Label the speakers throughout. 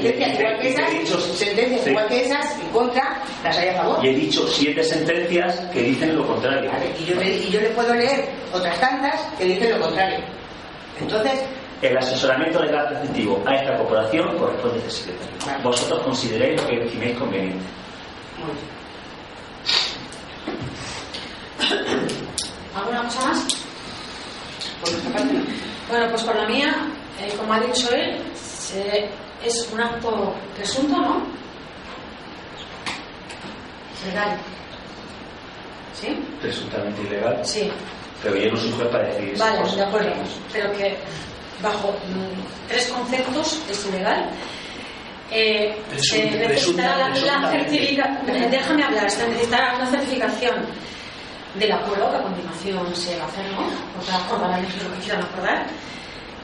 Speaker 1: Sentencias igual que esas,
Speaker 2: He dicho-
Speaker 1: sentencias
Speaker 2: sí.
Speaker 1: igual que esas, en contra, las hay a favor.
Speaker 2: Y he dicho siete sentencias que dicen lo contrario.
Speaker 1: Vale, y, yo le, y yo le puedo leer otras tantas que dicen lo contrario. Entonces,
Speaker 2: El asesoramiento legal preceptivo a esta corporación corresponde a este secretario. Vosotros consideréis lo que estiméis conveniente.
Speaker 1: bueno,
Speaker 3: ¿Alguna cosa más?
Speaker 1: por nuestra parte no.
Speaker 3: Bueno, pues por la mía, eh, como ha dicho él, se- es un acto presunto, ¿no? Legal. ¿Sí?
Speaker 2: Presuntamente ilegal,
Speaker 3: Sí.
Speaker 2: pero yo no soy juez para decidir esas
Speaker 3: Vale,
Speaker 2: cosas.
Speaker 3: de acuerdo. Pero que bajo mm, tres conceptos es ilegal. Eh, se
Speaker 2: Presunta-
Speaker 3: necesitará la,
Speaker 2: presunta-
Speaker 3: la certifica-
Speaker 2: presuntamente.
Speaker 3: eh, déjame hablar, se necesitará una certificación del acuerdo que a continuación se va a hacer, ¿no? Os acordarán lo que quieran acordar.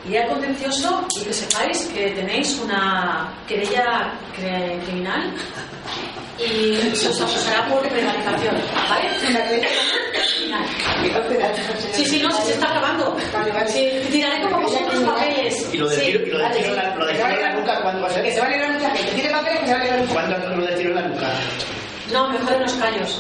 Speaker 3: Iré al contencioso y que sepáis que tenéis una querella cre- criminal y se os acusará por prevaricación, ¿vale?
Speaker 1: Una creencia
Speaker 3: Criminal.
Speaker 1: que no te da tanta
Speaker 3: Sí, sí, no, sí, se está grabando.
Speaker 1: Vale, vale.
Speaker 3: Sí, tiraré como vosotros papeles.
Speaker 4: Y lo del
Speaker 3: Sí,
Speaker 4: tiro- y lo del
Speaker 3: vale,
Speaker 4: tiro
Speaker 3: sí.
Speaker 4: en la- lo
Speaker 1: Que
Speaker 4: del
Speaker 1: se va a
Speaker 4: tiro en la
Speaker 1: librar.
Speaker 4: nuca, ¿cuándo va a
Speaker 1: Que se
Speaker 4: ser?
Speaker 1: va a librar mucha gente. Tiene papeles que se va a librar mucha gente.
Speaker 4: ¿Cuándo lo del tiro en la nuca?
Speaker 3: No, mejor en los callos.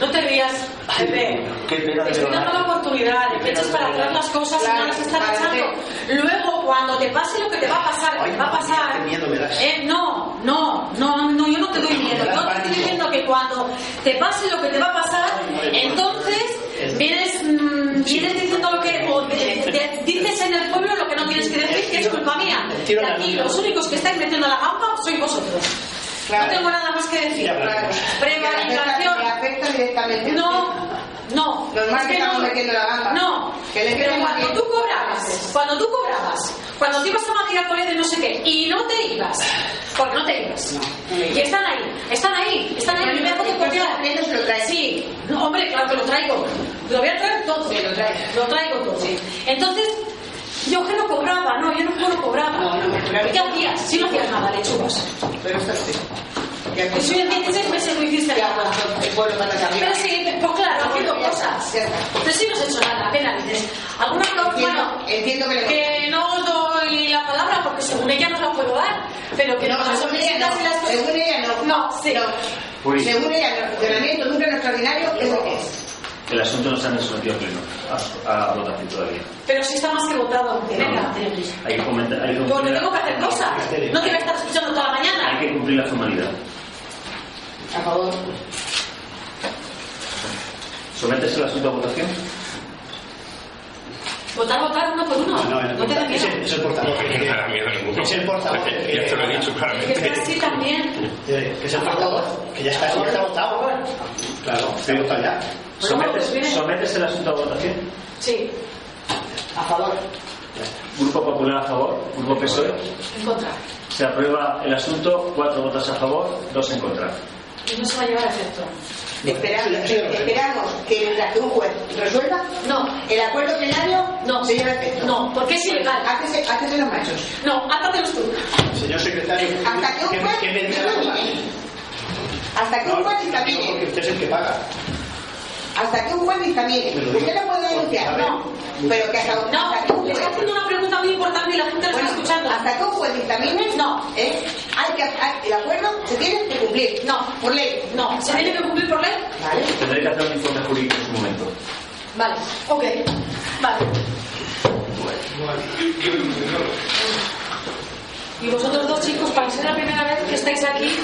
Speaker 3: No te rías, Pepe.
Speaker 2: Qué pena de
Speaker 3: Te estoy dando la
Speaker 2: verdad.
Speaker 3: oportunidad
Speaker 2: Qué
Speaker 3: de que eches
Speaker 2: pena de
Speaker 3: para atrás
Speaker 2: verdad.
Speaker 3: las cosas y no
Speaker 1: Claro,
Speaker 3: las estás
Speaker 1: claro,
Speaker 3: echando. Luego, cuando te pase lo que te va a pasar,
Speaker 4: Ay,
Speaker 3: que va a pasar.
Speaker 4: qué miedo me das.
Speaker 3: Eh, no, no, no, no, yo no te doy miedo. Yo
Speaker 4: Me das
Speaker 3: te estoy
Speaker 4: pánico.
Speaker 3: diciendo que cuando te pase lo que te va a pasar, entonces vienes, mm, vienes diciendo lo que. o de- de- dices en el pueblo lo que no tienes que decir, que es culpa mía. Y
Speaker 4: Tiro la
Speaker 3: aquí
Speaker 4: mía.
Speaker 3: los únicos que estáis metiendo la gamba sois vosotros.
Speaker 1: Claro.
Speaker 3: No tengo nada más que decir.
Speaker 4: Ya, claro.
Speaker 3: Prevaricación.
Speaker 1: Que le afecta directamente.
Speaker 3: No, no.
Speaker 1: Normal
Speaker 3: es
Speaker 1: que estamos metiendo la gamba.
Speaker 3: No.
Speaker 1: Que le
Speaker 3: Pero
Speaker 1: quede
Speaker 3: cuando
Speaker 1: bien.
Speaker 3: tú cobrabas, cuando tú cobrabas, cuando te ibas a Madrid por de no sé qué y no te ibas, porque no te ibas.
Speaker 1: no me iba.
Speaker 3: y están ahí, están ahí, están ahí.
Speaker 1: Bueno,
Speaker 3: y me hago de
Speaker 1: entonces,
Speaker 3: copiar.
Speaker 1: entonces lo traes.
Speaker 3: Sí. No, hombre, claro que lo traigo. Lo voy a traer todo.
Speaker 1: Sí, lo traes.
Speaker 3: Lo traigo todo.
Speaker 1: Sí.
Speaker 3: Entonces, yo que no cobraba, no, yo no, no cobraba.
Speaker 1: No, no, claro.
Speaker 3: ¿Qué hacías? Si no hacías nada, lechugas.
Speaker 1: Pero eso sí. Ya que
Speaker 3: Y soy en 16 meses no hiciste
Speaker 1: Ya,
Speaker 3: nada.
Speaker 1: el pueblo manda también.
Speaker 3: Pero sí, pues claro, haciendo cosas.
Speaker 1: Ya está.
Speaker 3: Pero sí no os he hecho nada, apenas dices. Alguna cosa, bueno,
Speaker 1: Entiendo, entiendo que le
Speaker 3: que no os doy la palabra porque según ella no os la puedo dar, pero que
Speaker 1: No,
Speaker 3: las
Speaker 1: según ella
Speaker 3: solicitadas y las
Speaker 1: no. Según ella no.
Speaker 3: No, sí.
Speaker 2: Uy.
Speaker 1: Según ella, el funcionamiento de un pleno extraordinario es lo que es.
Speaker 2: El asunto no se ha sometido a pleno, a, a votación todavía.
Speaker 3: Pero sí está más que votado. Venga,
Speaker 2: Hay que, comentar- hay que
Speaker 3: porque
Speaker 2: cumplir,
Speaker 3: tengo que hacer cosas. No te voy a estar escuchando toda la
Speaker 2: hay
Speaker 3: mañana.
Speaker 2: que cumplir la formalidad.
Speaker 1: A favor.
Speaker 2: ¿Sometes el asunto a votación?
Speaker 3: Votar, votar uno por uno.
Speaker 4: No,
Speaker 3: No te da
Speaker 4: es
Speaker 3: miedo.
Speaker 4: el- es el portavoz.
Speaker 5: No me da miedo ninguno.
Speaker 4: Es el portavoz.
Speaker 5: Ya te lo he dicho
Speaker 3: Que sea
Speaker 5: claramente.
Speaker 3: así también.
Speaker 4: Eh, Que es el portavoz. Que ya está, ya está votado. Claro, se ha votado ya.
Speaker 3: pues bien.
Speaker 2: ¿Sometes, sometes el asunto a votación?
Speaker 3: Sí,
Speaker 1: A favor.
Speaker 2: Grupo Popular a favor, Grupo PSOE.
Speaker 3: en contra.
Speaker 2: Se aprueba el asunto, cuatro votos a favor, dos en contra.
Speaker 3: Y no se va a llevar a efecto.
Speaker 1: Esperamos,
Speaker 4: Sí, sí, sí.
Speaker 1: esperamos que mientras que un juez resuelva,
Speaker 3: No,
Speaker 1: el acuerdo plenario
Speaker 3: No.
Speaker 1: se lleva a efecto.
Speaker 3: No, porque es ilegal.
Speaker 1: Hácese, hácese los machos.
Speaker 3: no, ántatelos tú.
Speaker 4: Señor secretario,
Speaker 1: Hasta que
Speaker 4: ¿qué
Speaker 1: un
Speaker 4: me-
Speaker 1: juez
Speaker 4: ¿qué me dice la cosa?
Speaker 1: dictamine. Hasta que un juez
Speaker 4: No, digo porque
Speaker 1: dictamine.
Speaker 4: usted es el que paga.
Speaker 1: Hasta que un juez dictamine.
Speaker 4: Me lo digo.
Speaker 1: Usted no puede denunciar, no. Pero que hasta, hasta que
Speaker 3: No,
Speaker 1: un
Speaker 3: le
Speaker 1: juez.
Speaker 3: está haciendo una pregunta muy importante y la gente lo está
Speaker 1: Bueno,
Speaker 3: escuchando.
Speaker 1: hasta que un juez dictamine,
Speaker 3: No.
Speaker 1: ¿eh? Hay que, hay- el acuerdo se tiene que cumplir.
Speaker 3: No.
Speaker 1: por ley.
Speaker 3: No, ¿se tiene que cumplir por ley?
Speaker 1: Vale.
Speaker 2: Tendré que hacer un informe jurídico en su momento.
Speaker 3: Vale, ok, vale. Y vosotros dos chicos, para ser la primera vez que estáis aquí,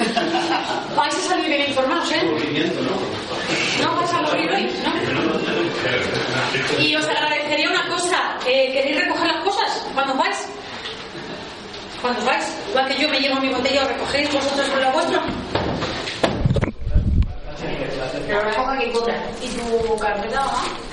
Speaker 3: vais a salir bien informados, ¿eh?
Speaker 4: Aburrimiento, ¿no?
Speaker 3: No vais a morir hoy, ¿no? Y os agradecería una cosa, eh, ¿queréis recoger las cosas cuando os vais? Cuando os vais, igual que yo me llevo mi botella, ¿os recogéis vosotros con la vuestra? Pero ahora pongo aquí otra. ¿Y tu carpeta? ¿no?